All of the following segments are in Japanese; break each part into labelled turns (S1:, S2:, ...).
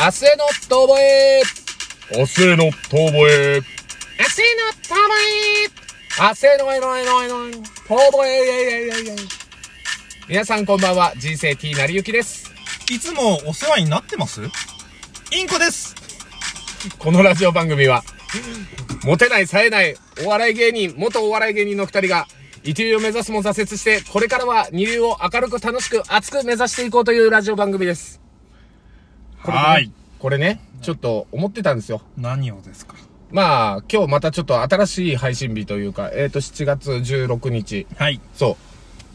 S1: 明日への遠吠え
S2: 明日への遠吠え。
S1: 明日への遠吠え明日へのえのえのえのえの遠吠えいやいやいやいやいや皆さんこんばんは、人生 T なりゆきです。
S2: いつもお世話になってますインコです
S1: このラジオ番組は、モテない、冴えない、お笑い芸人、元お笑い芸人の二人が、一流を目指すも挫折して、これからは二流を明るく楽しく熱く目指していこうというラジオ番組です。これね
S2: はーい。
S1: これね、ちょっと思ってたんですよ。
S2: 何をですか
S1: まあ、今日またちょっと新しい配信日というか、えっ、と、7月16日。
S2: はい。
S1: そう。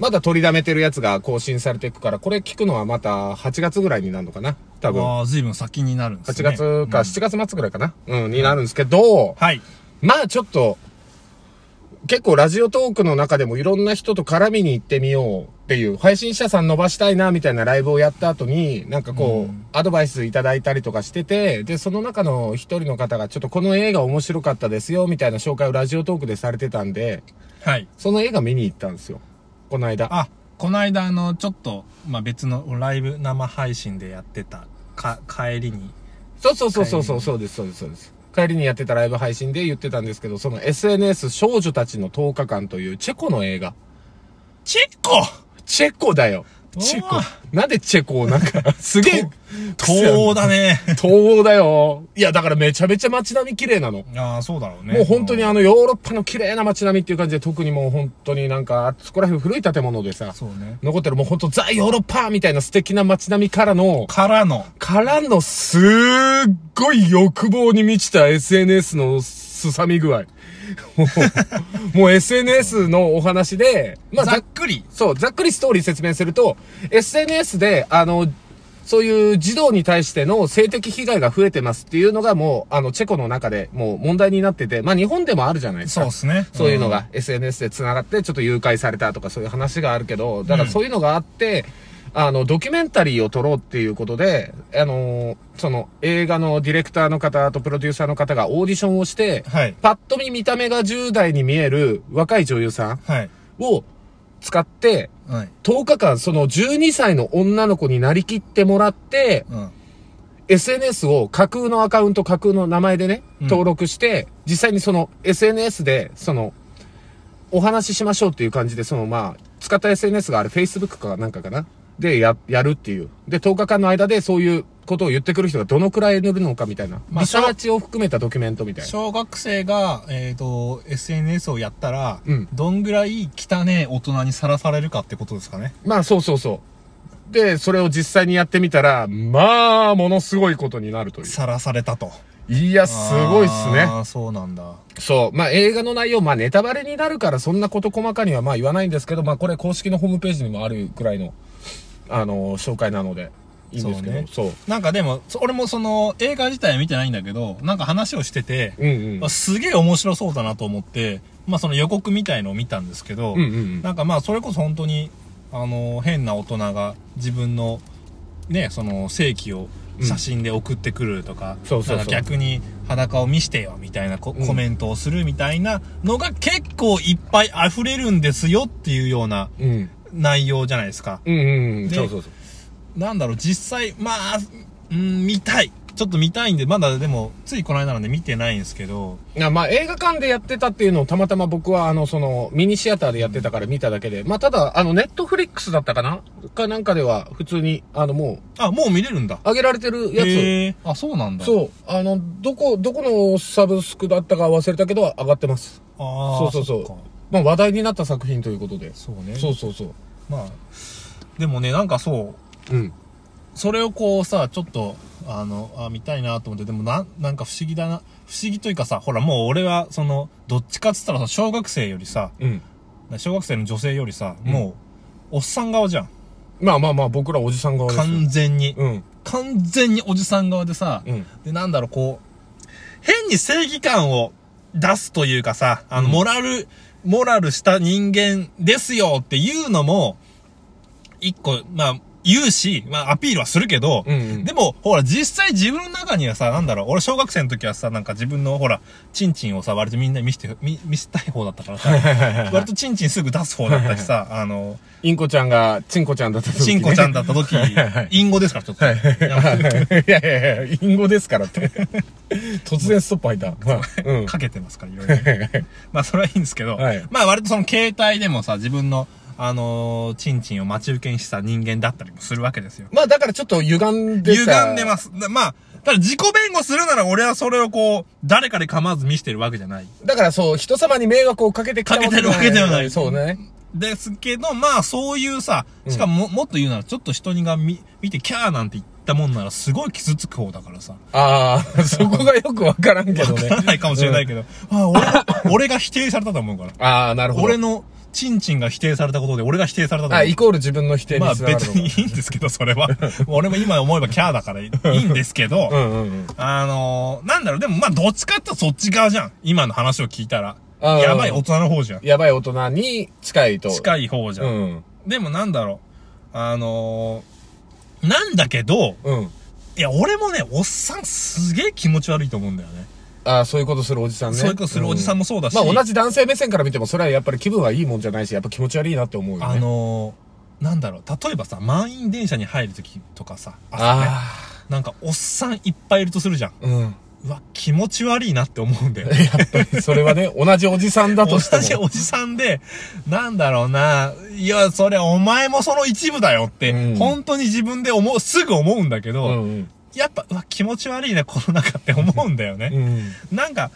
S1: まだ取りだめてるやつが更新されていくから、これ聞くのはまた8月ぐらいになるのかな多分。
S2: ああ、ずいぶん先になるんです
S1: 8
S2: ね。
S1: 月か7月末ぐらいかな、うん、になるんですけど、
S2: はい。
S1: まあちょっと、結構ラジオトークの中でもいろんな人と絡みに行ってみようっていう、配信者さん伸ばしたいなみたいなライブをやった後に、なんかこう、アドバイスいただいたりとかしてて、で、その中の一人の方がちょっとこの映画面白かったですよみたいな紹介をラジオトークでされてたんで、
S2: はい。
S1: その映画見に行ったんですよ。この間。
S2: あ、この間、あの、ちょっと、まあ、別のライブ生配信でやってた、か、帰りに。
S1: そうそうそうそうそうそうです、そうです、そうです。帰りにやってたライブ配信で言ってたんですけど、その SNS 少女たちの10日間というチェコの映画。
S2: チェコ
S1: チェコだよ。チェ
S2: う
S1: コ
S2: わ。
S1: なんでチェコをなん か、すげえ、
S2: 東欧だね。
S1: 東欧だよ。いや、だからめちゃめちゃ街並み綺麗なの。
S2: ああ、そうだろうね。
S1: もう本当にあのヨーロッパの綺麗な街並みっていう感じで特にもう本当になんか、あそこら辺古い建物でさ、
S2: そうね。
S1: 残ってるもう本当ザ・ヨーロッパみたいな素敵な街並みからの、
S2: からの、
S1: からのすっごい欲望に満ちた SNS のすさみ具合。も うもう SNS のお話で、まあ
S2: ざ
S1: ざ
S2: っくり。
S1: そう、ざっくりストーリー説明すると、SNS で、あの、そういう児童に対しての性的被害が増えてますっていうのがもう、あの、チェコの中でもう問題になってて、まあ日本でもあるじゃないですか。
S2: そうですね。
S1: そういうのが SNS で繋がってちょっと誘拐されたとかそういう話があるけど、だからそういうのがあって、あの、ドキュメンタリーを撮ろうっていうことで、あのーその映画のディレクターの方とプロデューサーの方がオーディションをして、
S2: はい
S1: パッと見見た目が10代に見える若い女優さん
S2: うん。はい。
S1: を使って、
S2: はい。
S1: 10日間その12歳の女の子になりきってもらって、
S2: うん。
S1: SNS を架空のアカウント架空の名前でね、
S2: うん
S1: 登録して、実際にその SNS で、その、お話ししましょうっていう感じで、そのまあ、使った SNS があれ、Facebook かなんかかなで、や、やるっていう。で、10日間の間でそういうことを言ってくる人がどのくらい塗るのかみたいな。
S2: まあ
S1: リサーチを含めたドキュメントみたいな。
S2: 小学生が、えっ、と、SNS をやったら、
S1: うん
S2: どんぐらい汚ねえ大人にさらされるかってことですかね。
S1: まあ、そうそうそう。で、それを実際にやってみたら、まあ、ものすごいことになるという。
S2: さらされたと。
S1: いや、すごいっすね。
S2: あーそうなんだ。
S1: そう。まあ、映画の内容、まあ、ネタバレになるから、そんなこと細かにはまあ言わないんですけど、まあ、これ公式のホームページにもあるくらいの、あのー紹介なので、いいんですけど、そう,、
S2: なんかでも、そ俺もその、映画自体は見てないんだけど、なんか話をしてて、
S1: う。んうん
S2: あ。すげえ面白そうだなと思って、まあその予告みたいのを見たんですけど、
S1: うんうんうん。
S2: なんかまあそれこそ本当に、あの、変な大人が自分の、ね、その性器を写真で送ってくるとか、
S1: そうそうそう
S2: なんか逆に裸を見してよみたいなコ,、
S1: うん
S2: コメントをするみたいなのが結構いっぱい溢れるんですよっていうような
S1: うん。
S2: 内容じゃないですか。
S1: うんうんうん。
S2: で
S1: そうそうそう。
S2: なんだろう、実際、まあ、うん、見たい。ちょっと見たいんで、まだでも、ついこの間なんで見てないんですけど、
S1: なまあ、映画館でやってたっていうのをたまたま僕は、あの、その、ミニシアターでやってたから見ただけで、まあ、ただ、あの、ネットフリックスだったかなかなんかでは、普通に、あの、も
S2: あ、もう見れるんだ
S1: う、。上げられてるやつ、
S2: へーあ、そうなんだ。う。
S1: そう。あの、どこ、どこのサブスクだったか忘れたけど、上がってます。
S2: あ
S1: そ
S2: あ、
S1: うそうそう
S2: っか
S1: まあ、話題になった作品ということで。
S2: そうね。
S1: そうそうそう。
S2: まあ、でもね、なんかそう、
S1: うん。
S2: それをこうさ、ちょっと、あの、あ、見たいなと思って、でもな、なんか不思議だな、不思議というかさ、ほらもう俺は、その、どっちかっつったらさ、小学生よりさ、
S1: うん。
S2: 小学生の女性よりさ、
S1: うん
S2: もう、おっさん側じゃん。
S1: まあまあまあ、僕らおじさん側ですよ。
S2: 完全に。
S1: うん。
S2: 完全におじさん側でさ、
S1: うん。
S2: で、なんだろう、こう、変に正義感を出すというかさ、あの、
S1: うん
S2: モラル、モラルした人間ですよっていうのも、一個、まあ、言うし、まあアピールはするけど、
S1: うんうん
S2: でも、ほら、実際自分の中にはさ、なんだろう、俺小学生の時はさ、なんか自分のほら、チンチンをさ、割とみんなに見せて、見、見せたい方だったからさ、割とチンチンすぐ出す方だったしさ、あ の、
S1: インコちゃんが、チンコちゃんだった時、ね。
S2: チンコちゃんだった時、インゴですから、ちょっと。
S1: いやいやいや、インゴですから って。突然ストップ入った。まあうん。
S2: かけてますから、いろ いろね。まあ、それはいいんですけど、
S1: はい
S2: まあ、割とその携帯でもさ、自分の、あのーチンチンを待ち受けにした人間だったりもするわけですよ。
S1: まあだからちょっと歪んでた。。
S2: 歪んでますす。なまあ、ただ自己弁護するなら俺はそれをこう、誰かで構わず見せてるわけじゃない。
S1: だからそう、人様に迷惑をかけてきた
S2: かけてるわけではない
S1: そうね。
S2: ですけど、まあ、そういうさ、しかも、ももっと言うなら、ちょっと人にが見、見てキャーなんて言ったもんなら、すごい傷つく方だからさ。
S1: ああ、そこがよくわからんけど
S2: わ
S1: ね
S2: か。らないかもしれないけど、ああ、俺、俺が否定されたと思うから。
S1: あ あ、なるほど。
S2: 俺の、チンチンが否定されたことで、俺が否定されたと思
S1: あ、
S2: う
S1: イコール自分の否定
S2: ま
S1: に
S2: あ
S1: つながる
S2: 別
S1: のか
S2: にいいんですけど、そ れは。俺も今思えばキャーだからいいんですけど、
S1: うんうんうん。
S2: あのー、なんだろう、でもまあどっちかってそっち側じゃん。今の話を聞いたら。
S1: あー
S2: やばい大人の方じゃん。
S1: やばい大人に近いと。い。
S2: 近い方じゃ。
S1: うんん。
S2: でもなんだろう、あのー、なんだけど、
S1: うん。
S2: いや、俺もね、おっさんすげえ気持ち悪いと思うんだよね。
S1: ああ、そういうことするおじさんね。
S2: そういうことするおじさん
S1: も。
S2: もそうだし、
S1: まあ同じ男性目線から見ても、それはやっぱり気分はいいもんじゃないし、やっぱ気持ち悪いなって思うよね。
S2: あのー、なんだろう、例えばさ、満員電車に入るときとかさ、朝ね、
S1: あ
S2: なんかおっさんいっぱいいるとするじゃん。
S1: あ、うん。
S2: うわ、気持ち悪いなって思うんだよね。
S1: やっぱりそれはね、同じおじさんだ
S2: 同
S1: としても。
S2: じおじさんで、なんだろうな、いや、それお前もその一部だよって、
S1: うん
S2: 本当に自分で思う、すぐ思うんだけど、
S1: うん
S2: やっぱ、うわ、気持ち悪いな、この中って思うんだよ
S1: うん。う
S2: ね。
S1: ん。
S2: なんか、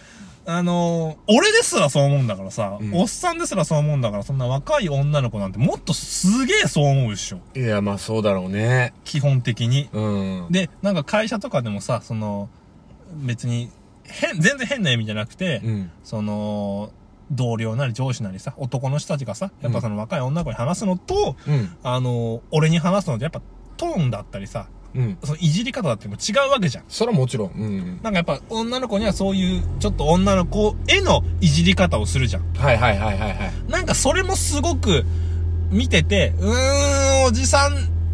S2: あのー俺ですらそう思うんだからさ、
S1: うん
S2: おっさんですらそう思うんだから、そんな若い女の子なんてもっとすげえそう思うっしょ。
S1: いや、まあそうだろうね。
S2: 基本的に。
S1: うん。
S2: で、なんか会社とかでもさ、その、別に、変、全然変な意味じゃなくて、
S1: うん。
S2: その、同僚なり上司なりさ、男の人たちがさ、やっぱその若い女の子に話すのと、
S1: うん。
S2: あの、俺に話すのとやっぱトーンだったりさ、
S1: うん。
S2: そのいじり方だっても違うわけじゃん。
S1: それはもちろん。うん。
S2: なんかやっぱ女の子にはそういう、ちょっと女の子へのいじり方をするじゃん。
S1: はいはいはいはいはい。
S2: なんかそれもすごく見てて、うーん、おじさん、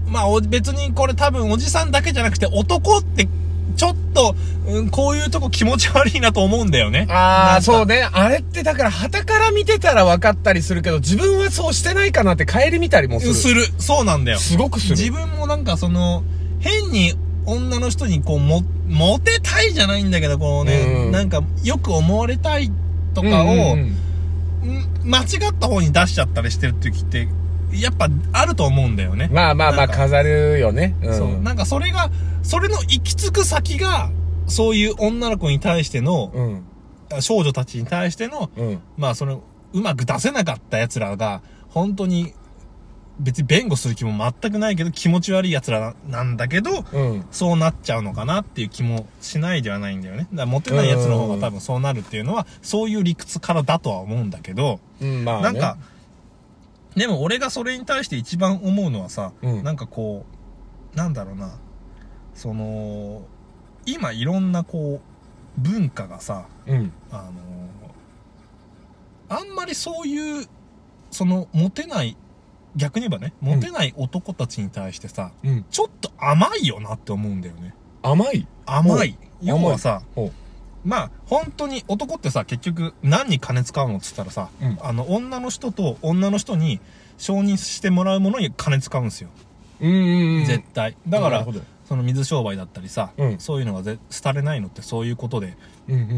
S2: まあお別にこれ多分おじさんだけじゃなくて男って、ちょっと、うん、こういうとこ気持ち悪いなと思うんだよね。
S1: あ
S2: な
S1: あ、
S2: んか
S1: そうね。あれってだから、旗から見てたら分かったりするけど、自分はそうしてないかなって帰り見たりもする。
S2: する。そうなんだよ。
S1: すごくする。
S2: 自分もなんかその、変に女の人にこう、も、モテたいじゃないんだけど、こうね、
S1: うん
S2: なんか、よく思われたいとかを、
S1: うんうんうん
S2: ん間違った方に出しちゃったりしてる時って、やっぱあると思うんだよね。
S1: まあまあま
S2: な
S1: あ、
S2: んか
S1: 飾るよね。うん
S2: そう。なんかそれが、それの行き着く先が、そういう女の子に対しての、
S1: うん。
S2: 少女たちに対しての、
S1: うん。
S2: まあその、うまく出せなかった奴らが、本当に、別に弁護する気も全くないけど、気持ち悪い奴らななんだけど、
S1: うん。
S2: そうなっちゃうのかなっていう気もしないではないんだよね。だからモテない奴の方が多分そうなるっていうのは、そういう理屈からだとは思うんだけど、
S1: うん、まあ、ね。
S2: なんか、、でも俺がそれに対して一番思うのはさ、
S1: うん
S2: なんかこう、なんだろうな、その、今いろんなこう、文化がさ、
S1: うん。
S2: あの、あんまりそういう、その、モテない、逆に言えばね、モテない男たちに対してさ、
S1: うん。
S2: ちょっと甘いよなって思うんだよね。
S1: 甘い
S2: 甘い。
S1: お
S2: 要はさ、
S1: ほう。
S2: まあ、本当に男ってさ、結局、何に金使うのって言ったらさ、
S1: うん
S2: あの、女の人と女の人に承認してもらうものに金使うんですよ。
S1: うんうんうん。
S2: 絶対。だか
S1: な
S2: ら
S1: るほ、ど
S2: その水商売だったりさ、
S1: うん
S2: そういうのがぜ廃れないのってそういうことで、
S1: うんうんうんう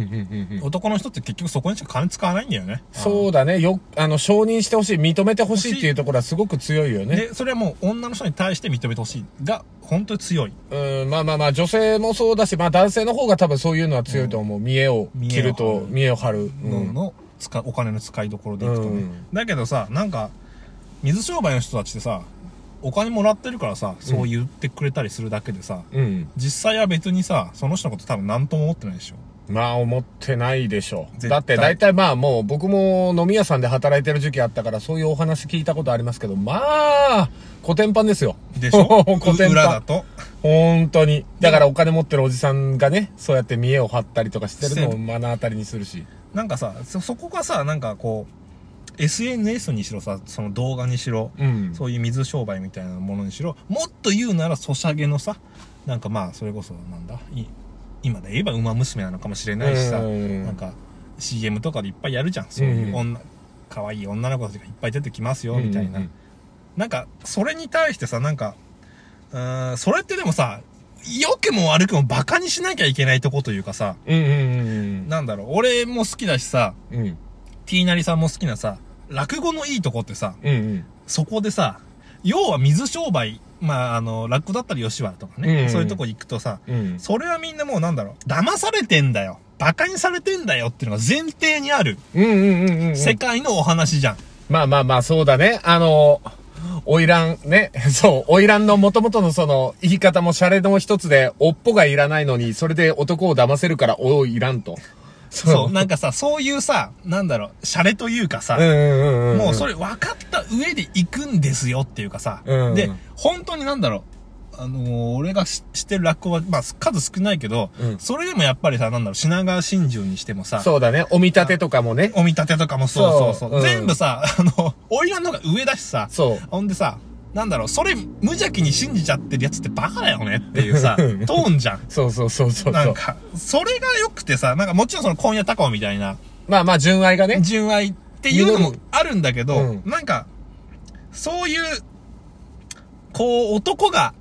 S1: んうん。
S2: 男の人って結局そこにしか金使わないんだよね。
S1: そうだね。よ、あの、承認してほしい、認めてほしいっていうところはすごく強いよね。
S2: で、それはもう女の人に対して認めてほしいが、本当に強い。
S1: うん、まあまあまあ、女性もそうだし、まあ男性の方が多分そういうのは強いと思う。見栄を切ると、見栄を張る。う
S2: の
S1: ん。
S2: の使お金の使いどころでいくとね、
S1: うん
S2: だけどさなんか水商売の人たちってさお金もらってるからさそう言ってくれたりするだけでさ、
S1: うん。
S2: 実際は別にさその人のこと多分何とも思ってないでしょ
S1: まあ思ってないでしょう。
S2: 絶対
S1: だって大体まあもう僕も飲み屋さんで働いてる時期あったからそういうお話聞いたことありますけど、まあ、古典版ですよ。
S2: でしょ
S1: 古典版。
S2: 裏だと
S1: 本当に。だからお金持ってるおじさんがね、そうやって見栄を張ったりとかしてるの
S2: して
S1: を目の当たりにするし。
S2: なんかさそそこがさなんかこう SNS にしろさ、その動画にしろ、
S1: うん。
S2: そういう水商売みたいなものにしろ、もっと言うならソシャゲのさ、なんかまあ、それこそ、なんだ、い今で言えば馬娘なのかもしれないしさ、
S1: うん
S2: なんか CM とかでいっぱいやるじゃん。そういう女、可愛い女の子たちがいっぱい出てきますよ、みたい
S1: う
S2: な。
S1: んうん
S2: なんか、それに対してさ、なんか、うーん、それってでもさ、良くも悪くも馬鹿にしなきゃいけないとこというかさ、
S1: うんうん
S2: なんだろう、俺も好きだしさ、
S1: うんうん。うん。
S2: T なりさんも好きなさ、落語のいいとこってさ、
S1: うんうん。
S2: そこでさ、要は水商売、まあ、あの、落語だったら吉原とかね、
S1: うん
S2: そういうとこ行くとさ、
S1: うん。
S2: それはみんなもうなんだろう、騙されてんだよ、馬鹿にされてんだよっていうのが前提にある
S1: うんうんうんうん。
S2: 世界のお話じゃん。
S1: まあまあまあ、そうだね。あの、花魁ね。 そう、花魁の元々のその、言い方もシャレの一つで、おっぽがいらないのに、それで男を騙せるから、おいらんと。
S2: そう、なんかさ、そういうさ、なんだろう、シャレというかさ、
S1: うんうんうんん。
S2: もうそれ分かった上で行くんですよっていうかさ、
S1: うん
S2: で、本当になんだろう、あのー俺がししてる落語は、まあ数少ないけど、
S1: うん
S2: それでもやっぱりさ、なんだろう、品川真珠にしてもさ、
S1: そうだね。お見立てとかもね。
S2: お見立てとかもそうそうそう。
S1: そううん
S2: 全部さ、あの、オイラの方が上だしさ、
S1: そう。
S2: ほんでさ、なんだろう、それ無邪気に信じちゃってるやつってバカだよねっていうさ、ト
S1: うん
S2: ーンじゃん。
S1: そうそうそうそうそう。
S2: なんか、それが良くてさ、なんかもちろんその今夜高尾みたいな、
S1: まあまあ、純愛がね。
S2: 純愛っていうのもあるんだけど、
S1: うん
S2: なんか、そういう、こう、男が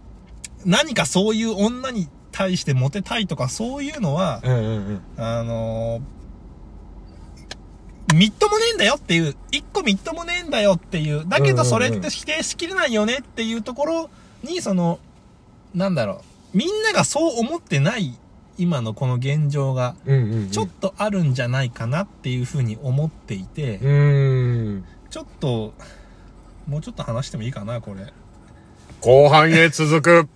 S2: 何かそういう女に対してモテたいとか、そういうのは、
S1: うんうんうん。
S2: あのーみっともねえんだよっていう、一個みっともねえんだよっていう、だけ
S1: うんうんう
S2: ど
S1: ん
S2: それって否定しきれないよねっていうところに、その、なんだろう、みんながそう思ってない今のこの現状が、
S1: うんうんうん。
S2: ちょっとあるんじゃないかなっていうふうに思っていて、
S1: うーん。
S2: ちょっと、もうちょっと話してもいいかな、これ。
S1: 後半へ続く。